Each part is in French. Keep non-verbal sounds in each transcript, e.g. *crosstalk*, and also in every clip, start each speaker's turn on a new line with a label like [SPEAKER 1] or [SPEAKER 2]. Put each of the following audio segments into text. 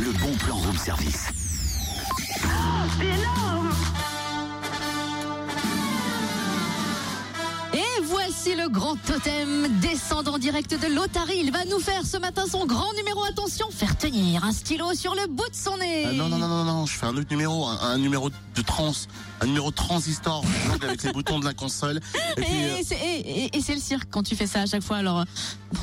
[SPEAKER 1] le bon plan room service.
[SPEAKER 2] Et voici le grand totem descendant direct de l'Otari. Il va nous faire ce matin son grand numéro. Attention, faire tenir un stylo sur le bout de son nez.
[SPEAKER 3] Ah, non, non, non, non, non, je fais un autre numéro, un, un numéro de trans, un numéro transistor, *laughs* donc avec les boutons de la console. Et puis, euh,
[SPEAKER 2] Et c'est et- et- et c'est le cirque quand tu fais ça à chaque fois. Alors, euh,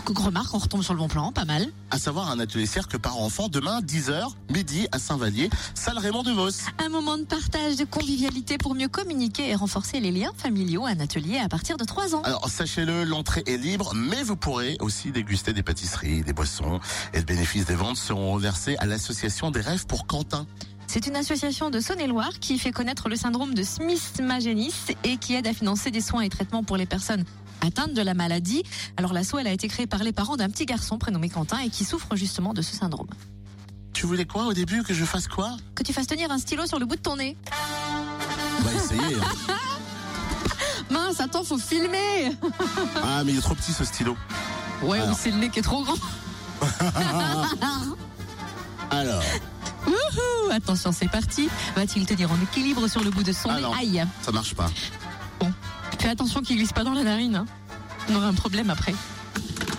[SPEAKER 2] donc, remarque, on retombe sur le bon plan, pas mal.
[SPEAKER 3] à savoir un atelier cirque par enfant, demain, 10h, midi, à Saint-Vallier, salle Raymond de Vos.
[SPEAKER 2] Un moment de partage, de convivialité pour mieux communiquer et renforcer les liens familiaux. Un atelier à partir de 3 ans.
[SPEAKER 3] Alors, sachez-le, l'entrée est libre, mais vous pourrez aussi déguster des pâtisseries, des boissons, et le bénéfice des ventes seront reversés à l'association des rêves pour Quentin.
[SPEAKER 2] C'est une association de Saône-et-Loire qui fait connaître le syndrome de Smith-Magenis et qui aide à financer des soins et traitements pour les personnes atteintes de la maladie. Alors l'assaut, elle a été créée par les parents d'un petit garçon prénommé Quentin et qui souffre justement de ce syndrome.
[SPEAKER 3] Tu voulais quoi au début, que je fasse quoi?
[SPEAKER 2] Que tu fasses tenir un stylo sur le bout de ton nez.
[SPEAKER 3] Bah, essayez. hein.
[SPEAKER 2] Mince, attends, faut filmer
[SPEAKER 3] Ah, mais il est trop petit ce stylo.
[SPEAKER 2] Ouais,
[SPEAKER 3] Alors.
[SPEAKER 2] ou c'est le nez qui est trop
[SPEAKER 3] *laughs*
[SPEAKER 2] grand.
[SPEAKER 3] Alors.
[SPEAKER 2] Ouh, attention, c'est parti. Va-t-il tenir en équilibre sur le bout de son
[SPEAKER 3] Ah
[SPEAKER 2] nez
[SPEAKER 3] non.
[SPEAKER 2] Aïe
[SPEAKER 3] Ça marche pas.
[SPEAKER 2] Fais attention qu'il glisse pas dans la narine. hein. On aura un problème après.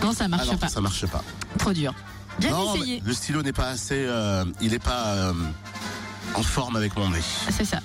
[SPEAKER 2] Non, ça
[SPEAKER 3] Ah
[SPEAKER 2] marche
[SPEAKER 3] non,
[SPEAKER 2] pas.
[SPEAKER 3] ça marche pas.
[SPEAKER 2] Trop dur. Bien
[SPEAKER 3] Non,
[SPEAKER 2] essayé.
[SPEAKER 3] mais Le stylo n'est pas assez. euh, il n'est pas euh, en forme avec mon nez.
[SPEAKER 2] C'est ça.